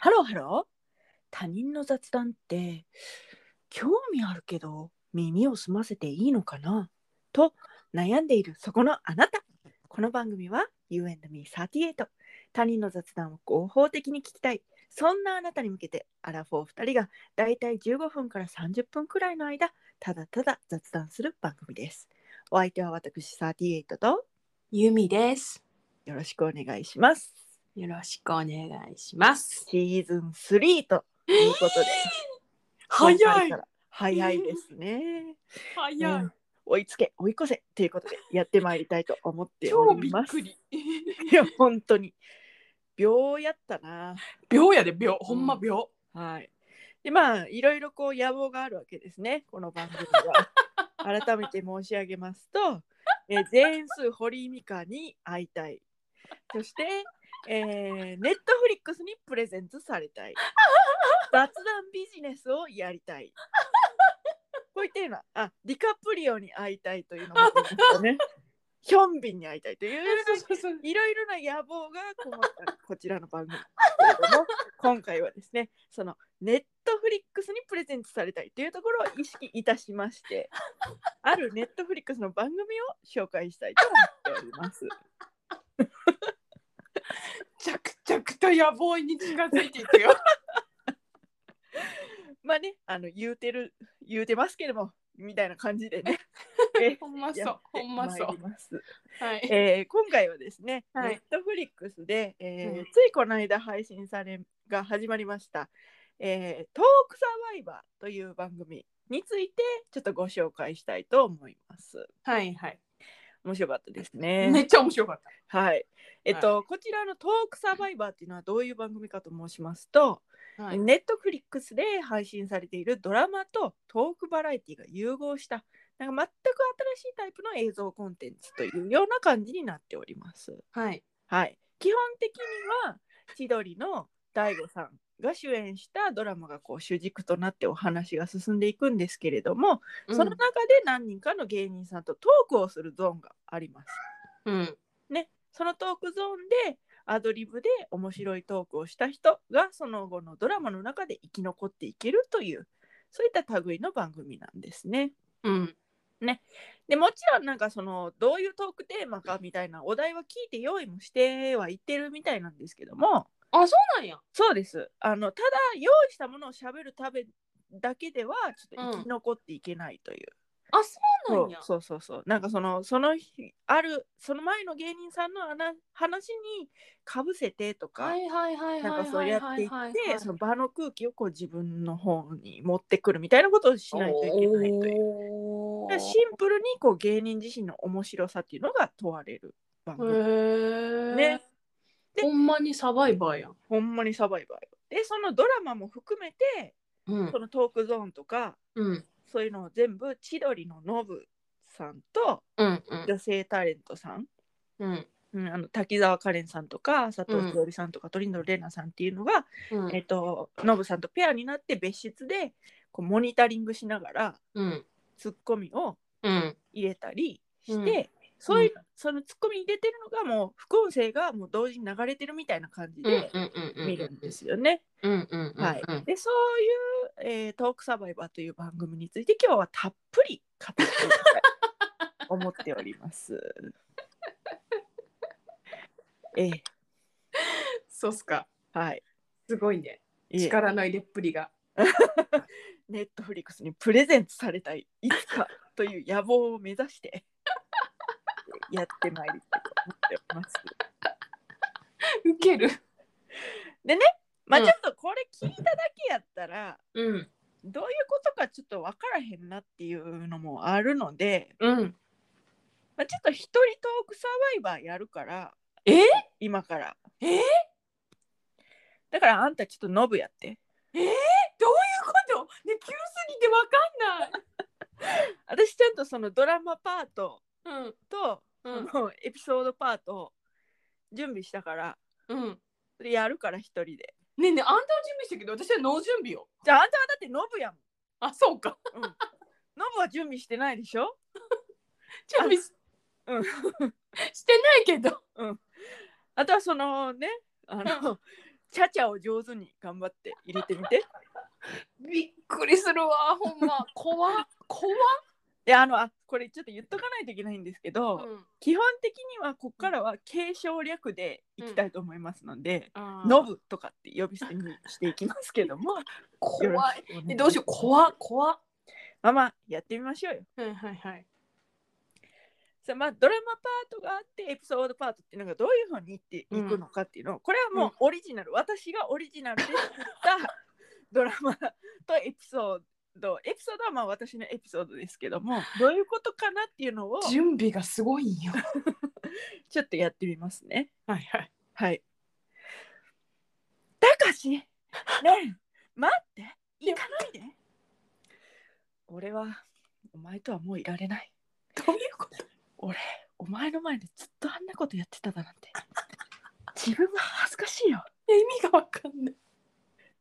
ハローハロー他人の雑談って興味あるけど耳を澄ませていいのかなと悩んでいるそこのあなたこの番組は You and me38 他人の雑談を合法的に聞きたいそんなあなたに向けてアラフォー2人がだいたい15分から30分くらいの間ただただ雑談する番組ですお相手は私38とゆみです。よろしくお願いしますよろしくお願いします。シーズン3ということで早い今回から早いですね。早い。うん追いつけ追い越せということでやってまいりたいと思ってお超りびっます。くり。いや本当に秒やったな。秒やで秒、ほんま秒。はい。でまあいろいろこう野望があるわけですねこの番組は。改めて申し上げますと、えー、全数堀井美香に会いたい。そして、えー、ネットフリックスにプレゼントされたい。雑談ビジネスをやりたい。こういったような、あ、ディカプリオに会いたいというのもありますよね。ヒョンビンに会いたい という、いろいろな野望がこもったこちらの番組ですけれ ども、今回はですね、そのネットフリックスにプレゼントされたいというところを意識いたしまして、あるネットフリックスの番組を紹介したいと思っており ます。着々と野望に近づいていくよ。まあね、あの言うてる、言うてますけれども、みたいな感じで ね。え ほんまそやっうて、ほんまそうまいり。ます はい。えー今回はですね、はいネットフリックスで、えーうんついこの間配信されが始まりました、えートークサバイバーという番組についてちょっとご紹介したいと思います。はいはい。面白かったですね。めっちゃ面白かっはい。えっと、こちらのトークサバイバーっていうのはどういう番組かと申しますと、た。はい。ネットフリックスで配信されているドラマとトークバラエティが融合したなんか全く新しいタイプの映像コンテンツというような感じになっております。はい。はい、基本的には千鳥の大悟さんが主演したドラマがこう主軸となってお話が進んでいくんですけれども、うんその中で何人かの芸人さんとトークをするゾーンがあります。うん。ね、そのトークゾーンでアドリブで面白いトークをした人がその後のドラマの中で生き残っていけるというそういった類の番組なんですね。うん。でもちろんなんかそのどういうトークテーマかみたいなお題は聞いて用意もしてはいってるみたいなんですけどもあ、そうなんや。そうですあのただ用意したものをしゃべるためだけではちょっと生き残っていけないという。あ、そうそなうんや。そうそうそうなんかそのその日あるその前の芸人さんのあな話にかぶせてとか、はいはいはいはいなはいんかそうやっていっはいてその場の空気をこう自分の方に持ってくるみたいなことをしないといけないというおだーからシンプルにこう芸人自身の面白さっていうのが問われる番組、へえ。ね。でほんまにサバイバーやん。ほんまにサバイバーよでそのドラマも含めてうんそ。のトークゾーンとかうん。そういうのを全部千鳥のノブさんとうん。うん女性タレントさんうん。うん、あの滝沢カレンさんとか佐藤千織さんとか、トリンドル玲奈さんっていうのが、うんえっとノブさんとペアになって別室でこうモニタリングしながらうん。ツッコミをうん。入れたりして、うんそういううそのツッコミ入れてるのがもう副音声がもう同時に流れてるみたいな感じで見るんで。すよね。うんうんうん。はい。でそういう、えートークサバイバーという番組について今日はたっぷり語っていきたいと思っております。 えーそうっすか。はい。すごいね。いえ力の入れっぷりが。ネットフリックスにプレゼントされたいいつかという野望を目指して やってまいりたいと思っております。受ける。まあうんちょっとこれ聞いただけやったら、うん。どういうことかちょっと分からへんなっていうのもあるので、うん。まあ、ちょっと一人トークサバイバーやるからえー今からえーだからあんたちょっとノブやってどういうことね、急すぎてわ私ちゃんとそのドラマパートかんない。と、うん。そのエピソードパートを準備したからうん。うん。それやるから一人でねえねえ、あんたは準備したけど、私はノー準備よ。じゃああんたはだってノブやもんあ、そうか。 ノブは準備してないでしょ準備し,、うんしてないけど。あとはそのねあのチャチャを上手に頑張って入れてみて。びっくりするわほんま怖っ怖っ、いやあのあこれちょっと言っとかないといけないんですけど、うん基本的にはここからは継承略でいきたいと思いますので、あーノブとかって呼び捨てに していきますけども、よろ 怖いしくお願いえどうしよう怖っ怖っまあまあやってみましょうよ。はいはいはいさあまあドラマパートがあってエピソードパートっていうのがどういうふうにいっていくのかっていうのを、これはもうオリジナル、私がオリジナルで作ったドラマとエピソードエピソードはまあ私のエピソードですけどもどういうことかなっていうのをち 準備がすごいんよょっとやってみますね。はいはいはい。たかし、ねえ、待って、行かないで。俺は、お前とはもういられない。どういうこと俺、お前の前でずっとあんなことやってただなんて。自分は恥ずかしいよ。え意味がわかんない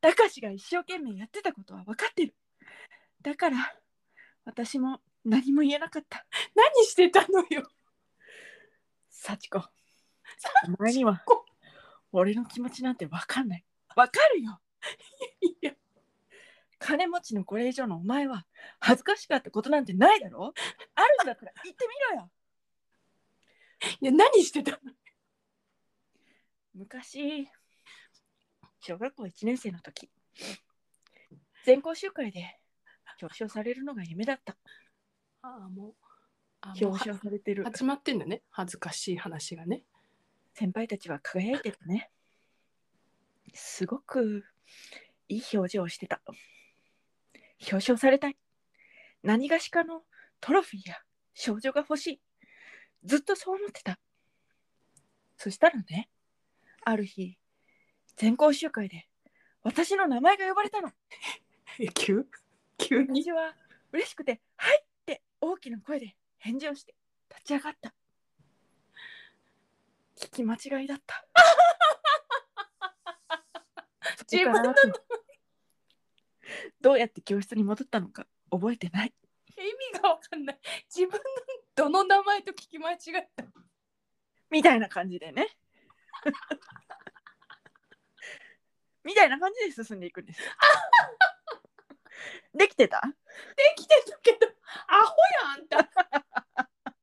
たかしが一生懸命やってたことは分かってる。だから、私も何も言えなかった。何してたのよ幸子、 お前には子、俺の気持ちなんて分かんない。分か るよ。いや金持ちのこれ以上のお前は恥ずかしかったことなんてないだろあるんだったら言ってみろよいや何してたの昔小学校1年生の時全校集会で表彰されるのが夢だったああもうあ表もうは彰されてる始まってんだね恥ずかしい話がね先輩たちは輝いてたねすごくいい表情をしてた表彰されたい何がしかのトロフィーや賞状が欲しいずっとそう思ってたそしたらねある日全校集会で私の名前が呼ばれたのえ急急に虹は嬉しくて「はい!」って大きな声で返事をして立ち上がった聞き間違いだったそこからどうやって教室に戻ったのか覚えてない意味がわかんない自分のどの名前と聞き間違えたみたいな感じでね みたいな感じで進んでいくんですよできてたできてたけどアホやんあんた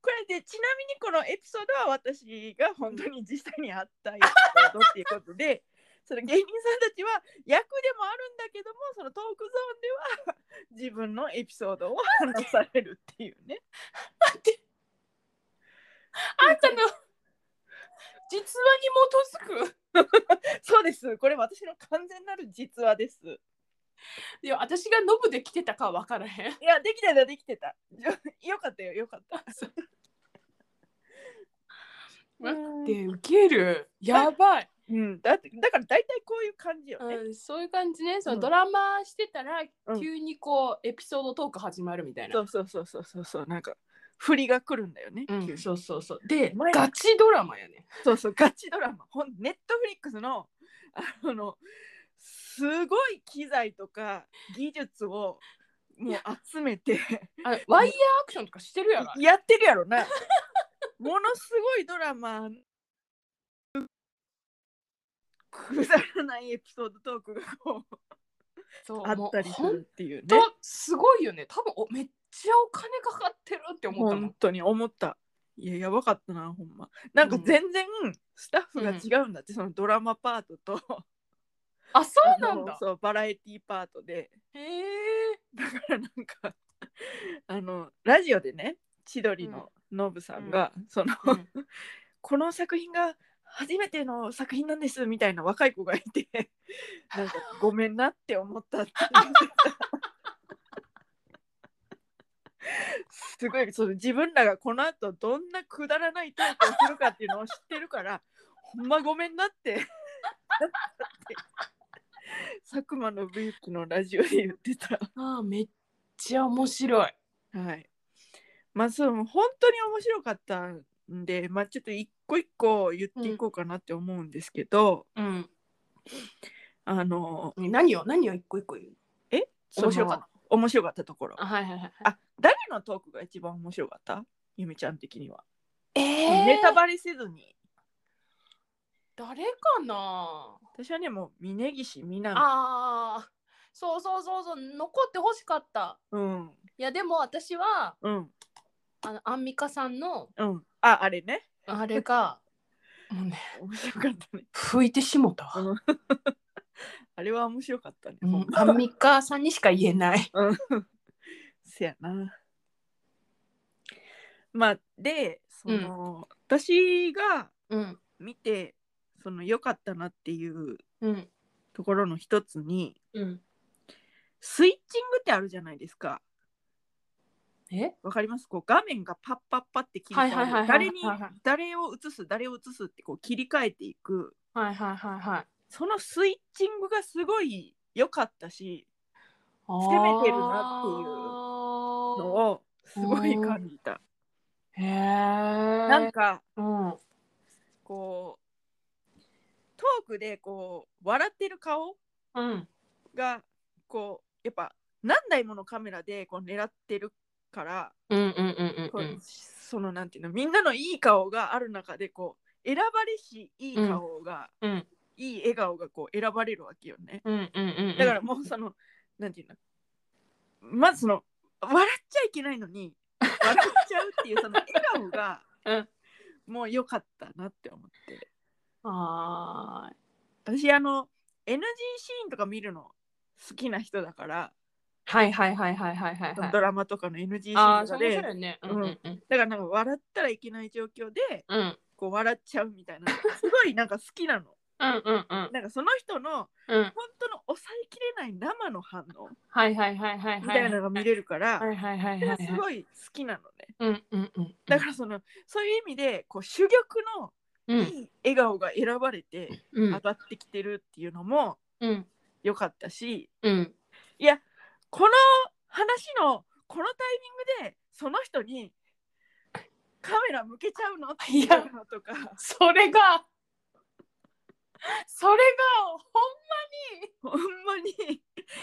これでちなみにこのエピソードは私が本当に実際にあったエピソードっていうこと でその芸人さんたちは役でもあるんだけどもそのトークゾーンでは自分のエピソードを話されるっていうね。あんたの実話に基づくそうですこれ私の完全なる実話です。いや私がノブで来てたかは分からへんいやできてたできてた。じゃよかったよよか った。待でウケるやばい、うん、だってだから大体こういう感じよね。うん、そういう感じねそうんのドラマしてたら、うん急にこうエピソードトーク始まるみたいな、そうそうそうそうそうそうなんか振りが来るんだよね。うん急にそうそうそうで前ガチドラマやねそうそうガチドラマほんネットフリックスのあのすごい機材とか技術をもう集めてあワイヤーアクションとかしてるやろやってるやろなものすごいドラマくだらないエピソードトークがこうそうあもっうたりするっていうね本当すごいよね多分おめっちゃお金かかってるって思ったもん本当に思ったいややばかったなほんまなんか全然スタッフが違うんだって、そのドラマパートとあそうなんあのだそうバラエティパートでへえだからなんか あのラジオでね千鳥のノブさんが、その、うんこの作品が初めての作品なんですみたいな若い子がい てなんかごめんなって思ったって言ってたすごいその自分らがこの後どんなくだらないトークをするかっていうのを知ってるからほんまごめんなって 佐久間信行のラジオで言ってた。あーめっちゃ面白いはい。まあ、その本当に面白かったんで、まあ、ちょっと一個一個言っていこうかなって思うんですけど、うんあの、何を何を一個一個言うその面白かった面白かったところ。あはいはいはいあ、誰のトークが一番面白かったゆめちゃん的には。えネタバレせずに。誰かな私はねもう峯岸みなあーそうそうそうそう残ってほしかったうんいやでも私はうんあのアンミカさんのうんああれねあれがもうね面白かったね吹いてしもたうわ、んあれは面白かったね、うほんん、まアンミカさんにしか言えないうん せやな。まあでその、私がうん見てその良かったなっていううんところの一つにうんスイッチングってあるじゃないですか。えわかりますこう画面がパッパッパって切り替はいはいわはいるはい誰にはいはい誰を映す誰を映すってこう切り替えていくはいはいはいはいそのスイッチングがすごい良かったし攻めてるなっていうのをすごい感じた。へえなんかうんこうトークでこう笑ってる顔うんがこうやっぱ何台ものカメラでこう狙ってるから、うんうんうんこううんそのなんていうのみんなのいい顔がある中でこう選ばれしいい顔が、うんうんいい笑顔がこう選ばれるわけよね。うんうんうんうんだからもうその、なんていうのまずその笑っちゃいけないのに笑っちゃうっていうその笑顔が、うんもう良かったなって思って。はーい私あの NG シーンとか見るの好きな人だから、はいはいはいはいはいはいはいドラマとかの NG シあーあンとそかう面で白いねうんうんうんだからなんか笑ったらいけない状況でうんこう笑っちゃうみたいなすごいなんか好きなのうんうんうんなんかその人のうん本当の抑えきれない生の反応はいはいはいはいはいみたいなのが見れるから、はいはいはいそれはがいすごい好きなのねうんうんうんだからそのそういう意味でこう珠玉うのんいい笑顔が選ばれてう上んがってきてるっていうのもうん良かったし、うんいやこの話のこのタイミングでその人にカメラ向けちゃうのっていうのとかそれがそれがほんほんまに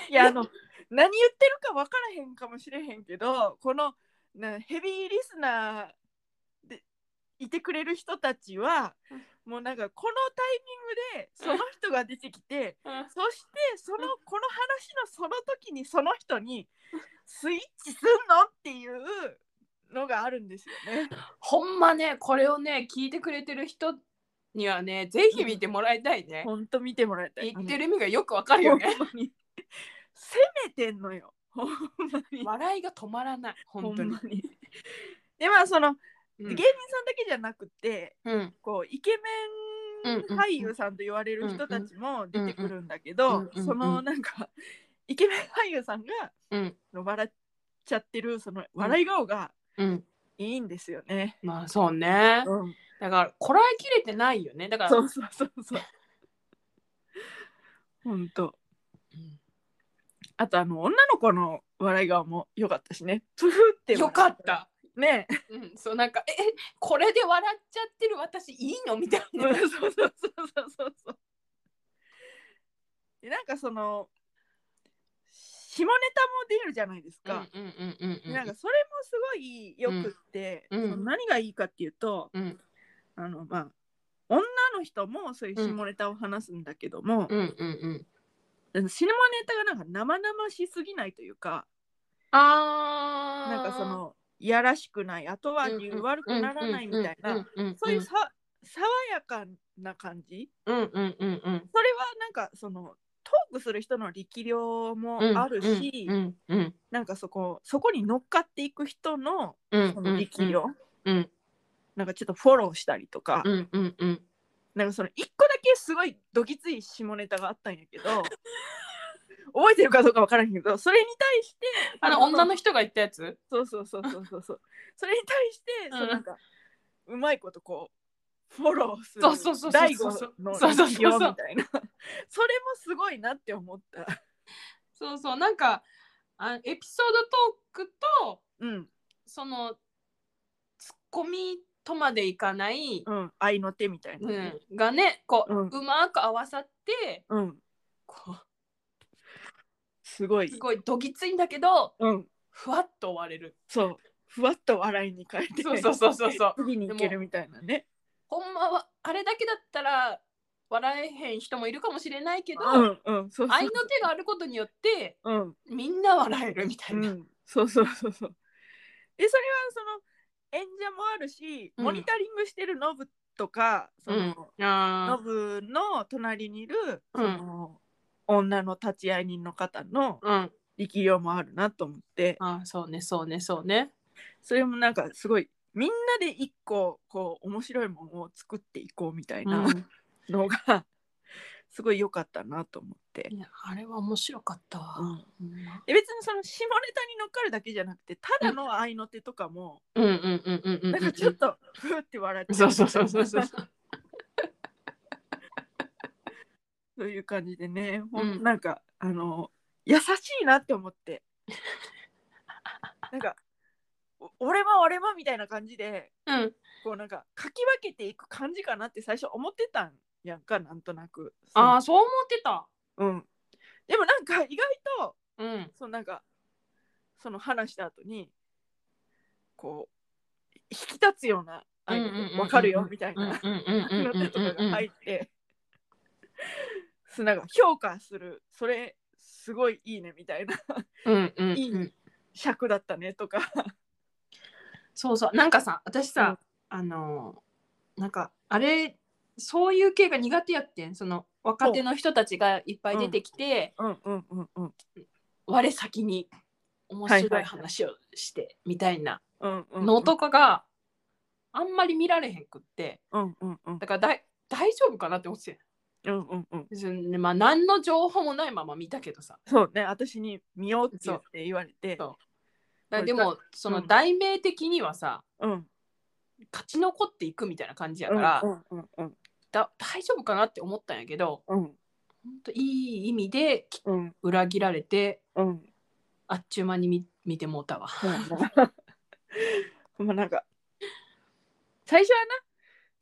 いやあの何言ってるか分からへんかもしれへんけどこのなヘビーリスナーでいてくれる人たちはもうなんかこのタイミングでその人が出てきてまにそしてそのこの話のその時にその人にスイッチすんのっていうのがあるんですよね。ほんまねこれをね聞いてくれてる人にはねぜひ見てもらいたいね、ほんと見てもらいたい。言ってる意味がよくわかるよねほんまに。攻めてんのよ。ほんまに。笑いが止まらない本当にほんまにでまあその、うん芸人さんだけじゃなくてうんこうイケメうんうんうンん俳優さんと言われる人たちも出てくるんだけうんうどんうんうんそのなんかイケメン俳優さんがうん笑っちゃってるその笑い顔が、うんいいんですよね。まあそうねうん、だからこらえきれてないよねだからそうそうそうそう。本当。うんあとあの女の子の笑い顔も良かったしね。プフってよかったね。うん、そうなんかええこれで笑っちゃってる私いいのみたいそうなそうそうそうそうそう。でなんかその下ネタも出るじゃないですか。うんうんうんうんなんかそれもすごいよくって、うんうんその何がいいかっていうと、うんあのまあ女の人もそういう下ネタを話すんだけども、うんうんうんでもシネマネタがなんか生々しすぎないというかあーなんかそのいやらしくない後うん味うん悪くならないみたいうんなうんんんそういうさ爽やかな感じうんうんうんうんそれはなんかそのトークする人の力量もあるしうんうんなんかそこそこに乗っかっていく人のうんその力量うんなんかちょっとフォローしたりとかうんうんうんなんかその一個だけすごいどぎつい下ネタがあったんやけ ど覚えてるかどうかわからんけどそれに対してあの女の人が言ったやつそうそうそうそうそうそう。それに対して、うんそうなんかうまいことこうフォローするそうそうそうそう大悟の力量みたいな。 それもすごいなって思った。そうそうなんかあエピソードトークとうんそのツッコミとまでいかない、うん愛の手みたいなうね。ん、がねこう、ううんまく合わさってうん、こすごういす。ごいどぎついんだけどうんふわっと終われるそうふわっと笑いに変えてそうそうそうそうそう次に行けるみたいなね。ほんまはあれだけだったら笑えへん人もいるかもしれないけど、うんうんそう愛そうの手があることによってうんみんな笑えるみたいな、うんそうそうそうそうでそれはその演者もあるし、うんモニタリングしてるノブとかその、ノあブの隣にいる、うんその女の立ち会い人の方のーうん力量もあるなと思ってあーそうねそうねそうねそれもなんかすごいみんなで一個こう面白いものを作っていこうみたいなうんのが、すごい良かったなと思って、いやあれは面白かったわ、うんうんで別にその下ネタに乗っかるだけじゃなくてただの愛の手とかも、うんうんうんうんうんなんかちょっとふーって笑っちゃそうそうそうそうそうそういう感じでね、ほうんん、なんかあの優しいなって思 って。なんかお俺は俺はみたいな感じでうんこうなんかかき分けていく感じかなって最初思ってたんやんかなんとなく。ああそう思ってたそううん、でもなんか意外とうんそのなんかその話した後にこう引き立つようなあうんうんうんうんわかるよみたいうんうんなうん うんの手とかうんうがん入って、すなんか評価する、それすごいいいねみたいな、 うんうんいい尺だったねとか。そうそうなんかさ私さ、あのーなんかあれそういう系が苦手やってんその若手の人たちがいっぱい出てきて、うんうんうんうん我先に面白い話をしてみたいなうんうん。のとかがあんまり見られへんくってうんうんうんだからだい大丈夫かなって思ってうんうんうん。たよねまあ何の情報もないまま見たけどさそうね、私に見ようって言って言われてそ。うだからでこもその題名的にはさ、うん。勝ち残っていくみたいな感じやから、うんうんうんだ大丈夫かなって思ったんやけどうんほんといい意味できうん裏切られて うん。あっちゅう間に見見てもうたわ。そうやな まあなんか最初はな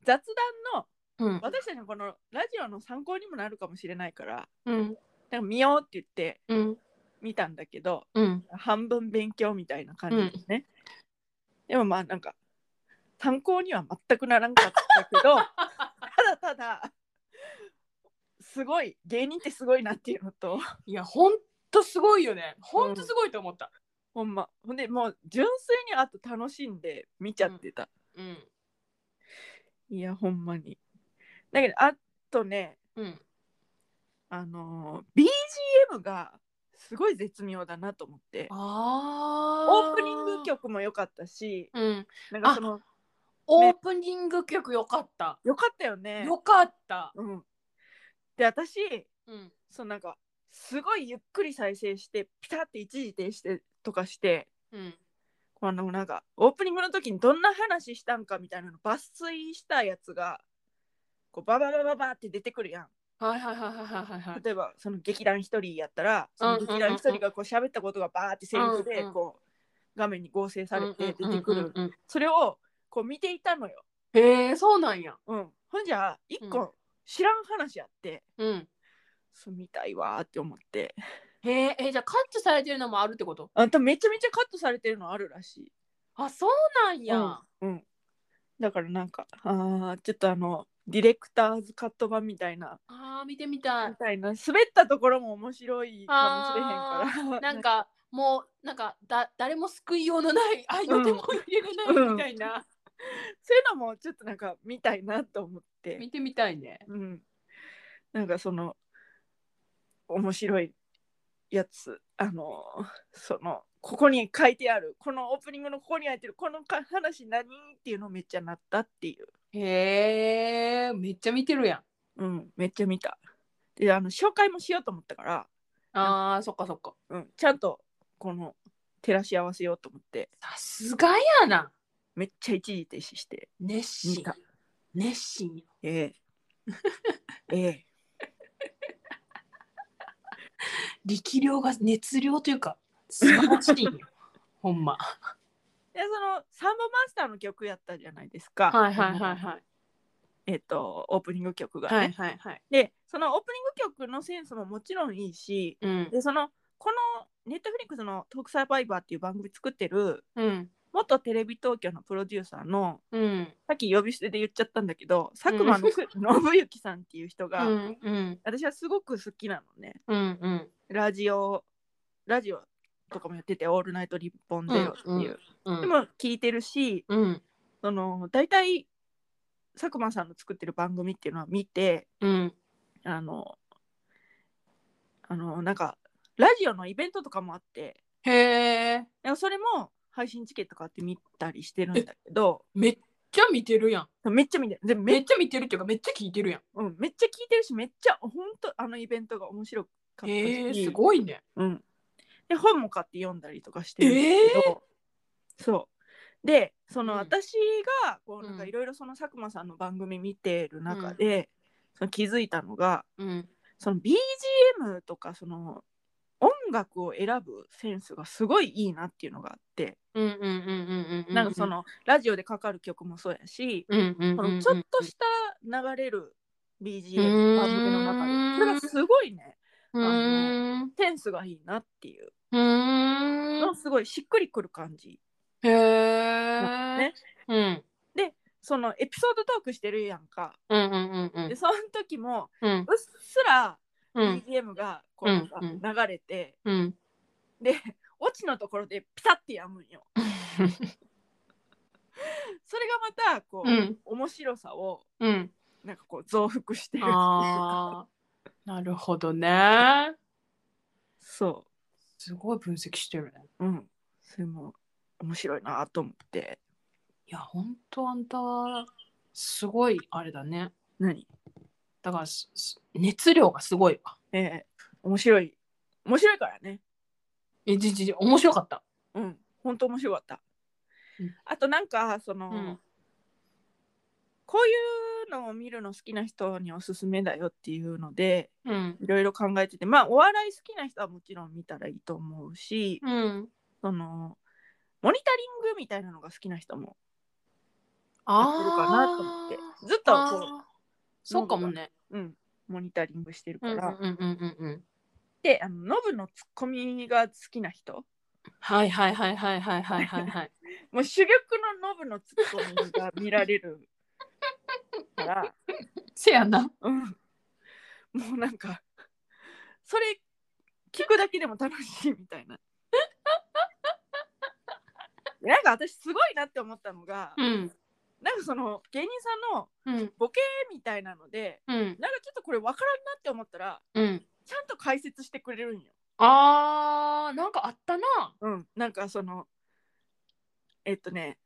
雑談のうん私たちのこのラジオの参考にもなるかもしれないからうんなんか見ようって言ってうん見たんだけどうん半分勉強みたいな感じですね、でもまあなんか参考には全くならんかったけどただただすごい芸人ってすごいなっていうのといやほんとすごいよねほんとすごいと思った。ほんまほんでもう純粋にあと楽しんで見ちゃってた、うんいやほんまにだけどあとねうんあのー BGM がすごい絶妙だなと思ってあオープニング曲も良かったし、うんなんかその、オープニング曲よかった、良かったよね。よかった、うん、で、私、うん、そのなんか、すごいゆっくり再生して、ピタって一時停止してとかして、うんあの、なんか、オープニングの時にどんな話したんかみたいなの抜粋したやつが、こう、ババババババって出てくるやん。はいはいはいはいはいはい例えば、その劇団一人やったら、その劇団一人がこう喋ったことがバーってセリフでうんうん、こう、画面に合成されて出てくる。うんうんうんうんそれを、こう見ていたのよ。へえそうなんやうん、ほんじゃ一う個知らん話あって、うんそう見たいわーって思ってへええじゃあカットされてるのもあるってことあんためちゃめちゃカットされてるのあるらしあそうなんいや、うん、うんだからなんかあーちょっとあのディレクターズカット版みたいなあー見てみたいみたいな滑ったところも面白いか もしれへんからなんかもうなんかだ誰も救いようのない愛の手も入れれないみたいな、そういうのもちょっとなんか見たいなと思って 見てみたいねうんなんかその面白いやつあのそのここに書いてあるこのオープニングのここに書いてるこのか話何っていうのめっちゃなったっていう、へえめっちゃ見てるやんうん、めっちゃ見たであの紹介もしようと思ったから、あーそっかそっかうん、ちゃんとこの照らし合わせようと思ってさすがやなめっちゃ一時停止して熱見心た熱心よえ えええ力量が熱量というか素晴らしいよ ほんまでそのサンボマスターの曲やったじゃないですかはいはいはいはいえっとオープニング曲がね、はいはいはいでそのオープニング曲のセンスももちろんいいしうんでそのこのネットフリックスの「トークサバイバー」っていう番組作ってるうん元テレビ東京のプロデューサーのうんさっき呼び捨てで言っちゃったんだけど佐久間 のく信之さんっていう人うが、んうん私はすごく好きなのねうんうんラジオラジオとかもやってて「オールナイト日本ゼロ」っていう、うんでも聞いてるしうんその大体佐久間さんの作ってる番組っていうのは見てうんあのあのなんかラジオのイベントとかもあってへえでもそれも配信チケット買って見たりしてるんだけどめっちゃ見てるやんめっちゃ見てでめ,、めっちゃ見てるっていうかめっちゃ聞いてるやうん、めっちゃ聞いてるしめっちゃ本当あのイベントが面白かったんし、へえすごいねうん、で本も買って読んだりとかしてるんですけど、そうでそのうん私がこうなんかうんいろいろその佐久間さんの番組見てる中で、その気づいたのがうんその BGM とかその音楽を選ぶセンスがすごいいいなっていうのがあって、うんうんうんうんうんなんかそのラジオでかかる曲もそうやし、うんうんそうんうんのちょっとした流れる BGM うん番組の中でそれがすごいねうーんセンスがいいなっていううーのんすごいしっくりくる感じへえねうんそのエピソードトークしてるやんか、うんうんうんうんでその時もうんうっすらうん BGM がこうなんかうん流れて、うんでオチのところでピタッてやむんよそれがまたこう、うん面白さをうんなんかこう増幅してるっていうかあーなるほどねそすごい分析してるねううんそれも面白いなと思っていやほんとあんたはすごいあれだね何だからすす熱量がすごいわえー面白い面白いからねえじじじ面白かったうん本当面白かった、うんあとなんかその、うんこういうのを見るの好きな人におすすめだよっていうのでうんいろいろ考えててまあお笑い好きな人はもちろん見たらいいと思うしうんそのモニタリングみたいなのが好きな人もやってるあかなと思ってーずっとあこーそうかもねう、うん、モニタリングしてるうかんうんら、うんうんうんであのノブのツッコミが好きな人はいはいはいはいはいはいはいはいもう主力のノブのツッコミが見られるから、 せやなうん、もうなんかそれ聞くだけでも楽しいみたいな。なんか私すごいなって思ったのが、うんなんかその芸人さんのうんボケみたいなのでうんなんかちょっとこれわからんなって思ったらうんちゃんと解説してくれるんよ。あーなんかあったなうん、なんかそのえっとね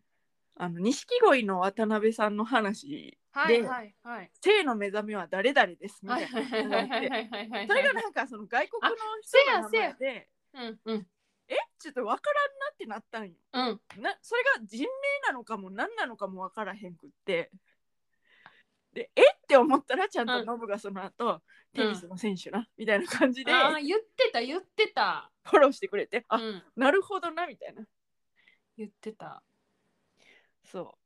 あの錦鯉の渡辺さんの話はいはいはい「性の目覚めは誰々です」みはたいいなはいはいはいはいはいはいはいそれがなんかその外国の人の名前でうんうんえちょっとわからんなってなったんよ。うんなそれが人名なのかも何なのかもわからへんくってでえって思ったらちゃんうとんノブがその後、テニスの選手なみたいな感じでああ言ってた言ってたフォローしてくれてあ、うんなるほどなみたいな言ってたそ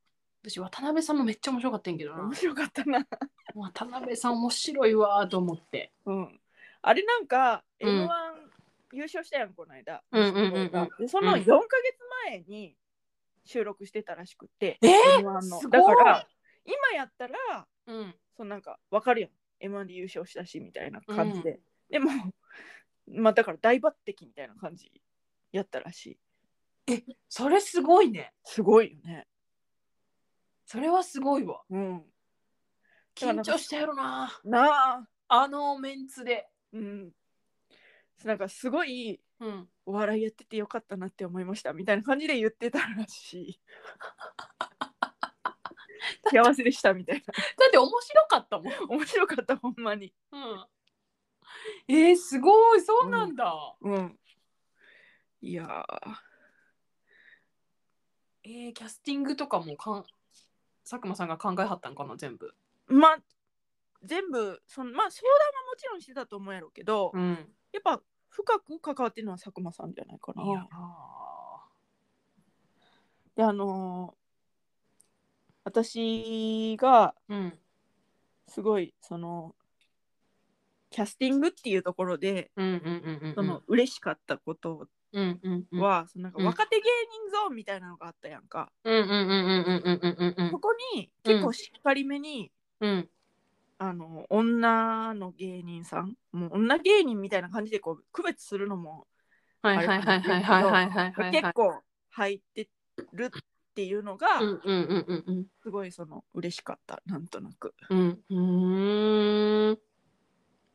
私渡辺さんもめっちゃ面白かったんやけどうな面白かったな渡辺さん面白いわーと思ってうん、あれなんかう m 1ん優勝したやんこの間、うんうんうんうんでそのうん4ヶ月前に収録してたらしくて、えー m 1のすごだいから今やったらうんそのなんかわかるやん m 1で優勝したしみたいな感じで、でもまあだから大抜擢みたいな感じやったらしいそれすごいねすごいよねそれはすごいわうん緊張したやろななああのメンツでうんなんかすごいうんお笑いやっててよかったなって思いましたみたいな感じで言ってたらし い幸せでしたみたいだって面白かったもん、な面白かったほんまにうん、えー、すごいそうなんだ、うんいやーえー、キャスティングとかもかん佐久間さんが考えはったんかな全部まあ全部そのまあ相談はもちろんしてたと思うやろうけど、んやっぱ深く関わってるのは佐久間さんじゃないかないやーであのー私がうんすごいそのキャスティングっていうところでうんうんうんうんうんその嬉しかったことうんうんうんは、そのなんかうん若手芸人ゾーンみたいなのがあったやんか、うんうんうんうんうんうんうんうんそこに結構しっかりめに、うんあの女の芸人さんもう女芸人みたいな感じでこう区別するのもはいはいはいはいはいはいはいはい結構入ってるっていうのがうんうんうんうんうんすごいその嬉しかったなんとなくうんうーん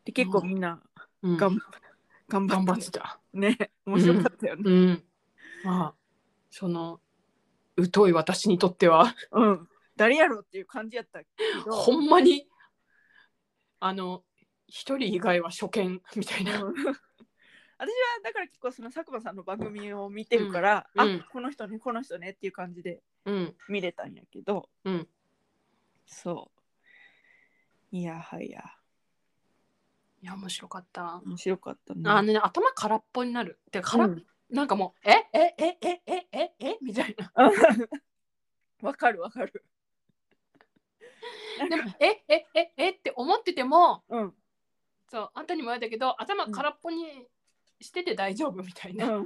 で結構みんなうんがん、頑頑張っ張っててたね 面白かったよねうんまあその疎い私にとってはうん、誰やろっていう感じやったけどほんまにあの一人以外は初見みたいなうん私はだから結構その佐久間さんの番組を見てるから、うんうんあこの人ねこの人ねっていう感じでうん見れたんやけど、うんそういやはやいや面白かった面白かったねあのね頭空っぽになるてかうら、んなんかもうええええええええみたいなわかるわかる でもええええって思っててもうんそうあんたにも言われたけど頭空っぽにしてて大丈夫みたいな、うん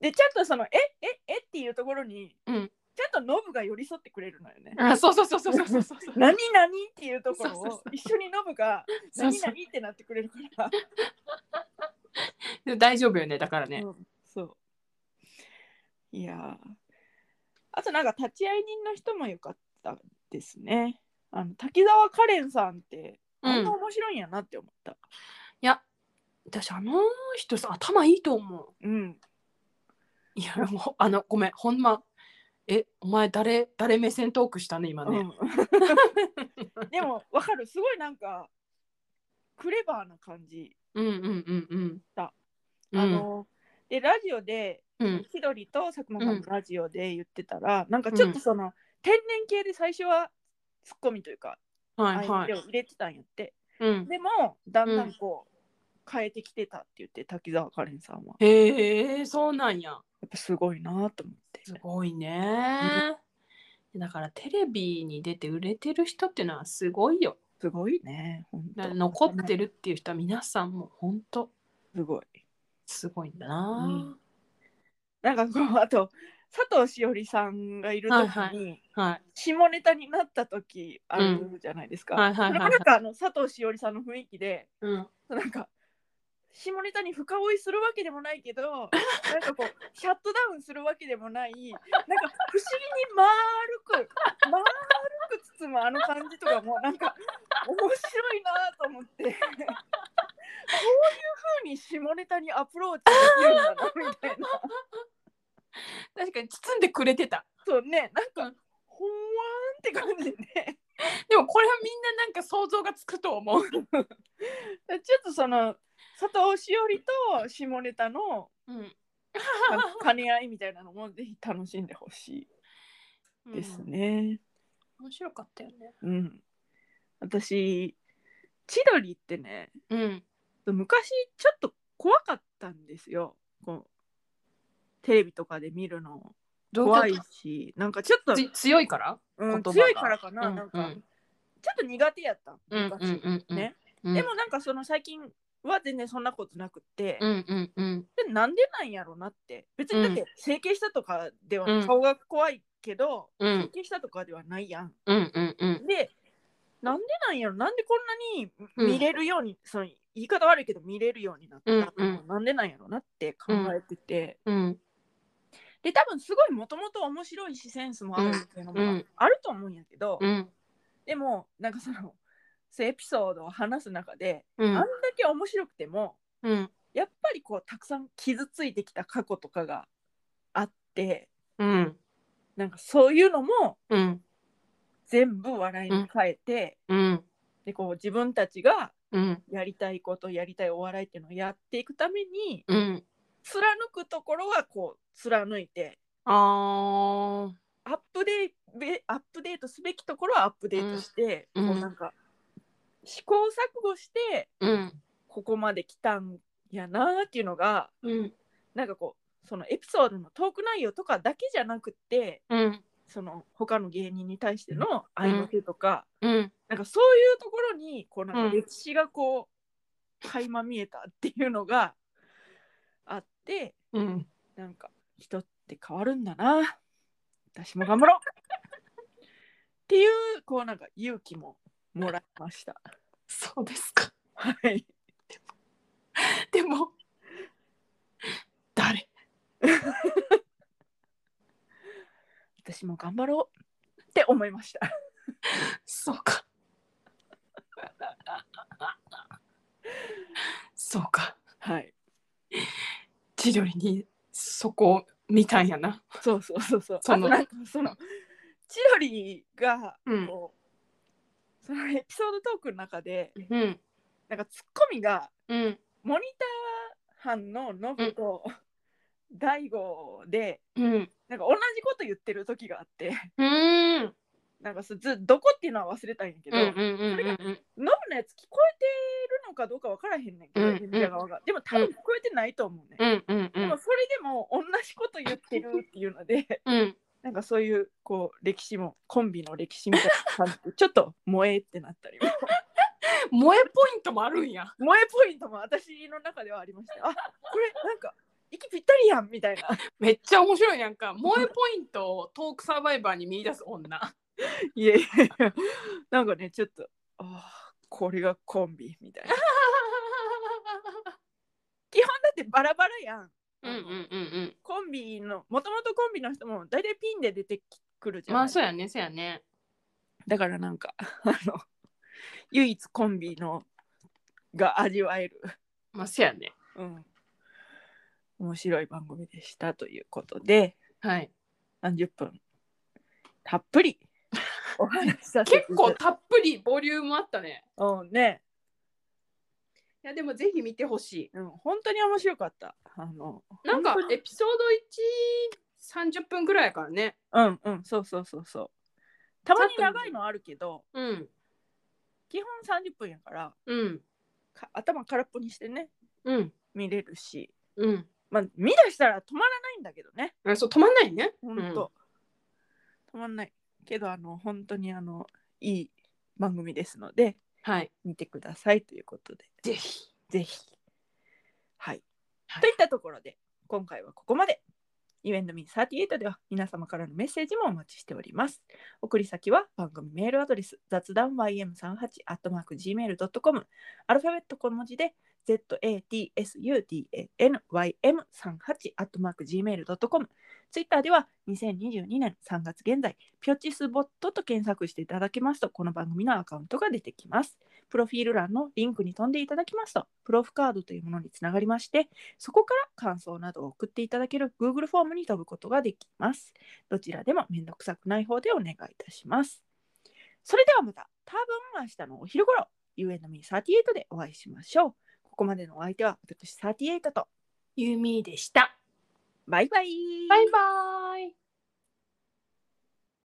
でちゃんとその「えええっていうところに、うんちゃんとノブが寄り添ってくれるのよね。あそうそうそうそうそうそうそう「何々」っていうところそうそうをそう一緒にノブが「 そう何そ々う」ってなってくれるからで大丈夫よねだからね、うんそういやーあとなんか立ち会い人の人も良かったですねあの滝沢カレンさんってあんな面白いんやなって思ったいや私あの人さ頭いいと思ううん、いやもうあのごめんほんまえお前誰誰目線トークしたね今うね、ん、 でもわかるすごいなんかクレバーな感じうん、うんうんうんだうんあの、でラジオでうん千鳥と佐久間さんのラジオで言ってたら、なんかちょっとその、天然系で最初はツッコミというかはい相は手いを入れてたんやって、うんでもだんだんこう、変えてきてたって言って滝沢カレンさんはへえそうなんややっぱすごいなと思ってすごいね、だからテレビに出て売れてる人ってのはすごいよすごいね本だか当ら残ってるっていう人は皆さんも本当すごいすごいんだな、なんかこうあと佐藤しおりさんがいる時に、はいはい下ネタになった時あるじゃないですか。はいはいはいはいそれもなんかあの佐藤しおりさんの雰囲気でうんなんか下ネタに深追いするわけでもない けどなんかこうシャットダウンするわけでもないなんか不思議に丸く丸く包むあの感じとかもなんか面白いなと思ってこういう風に下ネタにアプローチできるんだなみたいな確かに包んでくれてたそうねなんかほんわーんって感じで、ね。でもこれはみんななんか想像がつくと思う ちょっとその佐藤しおりと下ネタ のうんか兼ね合いみたいなのもぜひ楽しんでほしいですね。面白かったよねうん、私千鳥ってねうん昔ちょっと怖かったんですよ。こうテレビとかで見るのど怖ういいうこしなんかちょっとと、つ強いからうん言葉が強いからかな,、うんなんかうちょんっと苦手やったうん昔、うんうんうんね、うんでもなんかその最近は全然そんなことなくって、うんうんうんでなんでなんやろなって別にだって整形したとかでは、うん顔が怖いけどうん整形したとかではないやん。うんうんうんでなんでなんやろなんでこんなうんに見れるように、その言い方悪いけど見れるようになったの、うんうなんでなんやろなって考えてて、うんで多分すごいもともと面白いしセンスもあるっていうのうもんあると思うんやけど、うんでもなんかそのそうエピソードを話す中で、うあんだんけ面白くてもうんやっぱりこうたくさん傷ついてきた過去とかがあってうんなんかそういうのもうん全部笑いに変えて、うんでこう自分たちがうんやりたいことやりたいお笑いっていうのをやっていくためにうん貫くところはこう貫いてあーアップデートアップデートすべきところはアップデートして、うんこううんなんか試行錯誤してうんここまで来たんやなっていうのがうんなんかこうそのエピソードのトーク内容とかだけじゃなくてうんその他の芸人に対しての愛の手とか、うんなんかそういうところにこうなんうかん歴史がこう、垣間見えたっていうのがってうん。なんか人って変わるんだな私も頑張ろうっていうこうなんか勇気ももらいましたそうですか。はいでも。誰。私も頑張ろうって思いましたそうか。そうか。はい千鳥に。そこを見たんやな。そうそうそうそうそのあとなんかその千鳥がうんこう、そのエピソードトークの中でうん。なんかツッコミがうん。モニター班のノブと大悟でうん。なんか同じこと言ってる時があってうん。なんかすずどこっていうのは忘れたんやけど、ん。うん。うん。ノブのやつ聞こえてるのかどうか分からへんねんけど、うん演者側が。でも多分聞こえてないと思うね、うん。うん。うんでもそれでも同じこと言ってるっていうので、 うん。なんかそういうこう歴史もコンビの歴史みたいな感じで、ちょっと萌えってなったりも。 萌えポイントもあるんや。萌えポイントも私の中ではありました。あこれなんか息ぴったりやんみたいな。めっちゃ面白いやんか。萌えポイントをトークサバイバーに見出す女。いやいやいや、なんかね、ちょっと、あーこれがコンビみたい な。だってバラバラやん。うんうんうんうん。コンビのもともとコンビの人も大体ピンで出てくるじゃん、まあそうやね、そうやね。だからなんかあの唯一コンビのが味わえる、まあそうやね。うん、面白い番組でしたということではい。 30分たっぷりお話しさせて結構たっぷりボリュームあったね。構うんね、いやでもぜひ見てほしうん、本当に面白かったあのい。なんか本当にエピソード130分ぐらいやからね。うんうんそうそうそうそうたまに長いのあるけどうん基本30分やからうんか頭空っぽにしてねうん見れるしうん。まあ、見出したら止まらないんだけどね、あそう止まんないね。ほんと。止まんない。けど、あの、本当にあの、いい番組ですので、はい。見てくださいということで、ぜひ。ぜひ。はい。はいといったところで、今回はここまで。You and me38 では皆様からのメッセージもお待ちしております。送り先は番組メールアドレス雑談 ym38-gmail.com アルファベット小文字で zatsudanym38-gmail.com ツイッターでは2022年3月現在ピョチスボットと検索していただけますとこの番組のアカウントが出てきます。プロフィール欄のリンクに飛んでいただきますとプロフカードというものにつながりましてそこから感想などを送っていただける Google フォームに飛ぶことができます。どちらでもめんどくさくない方でお願いいたします。それではまた、多分明日のお昼頃、You and me38 でお会いしましょう。ここまでのお相手は私38と、ユーミーでした。バイバイバイバーイ。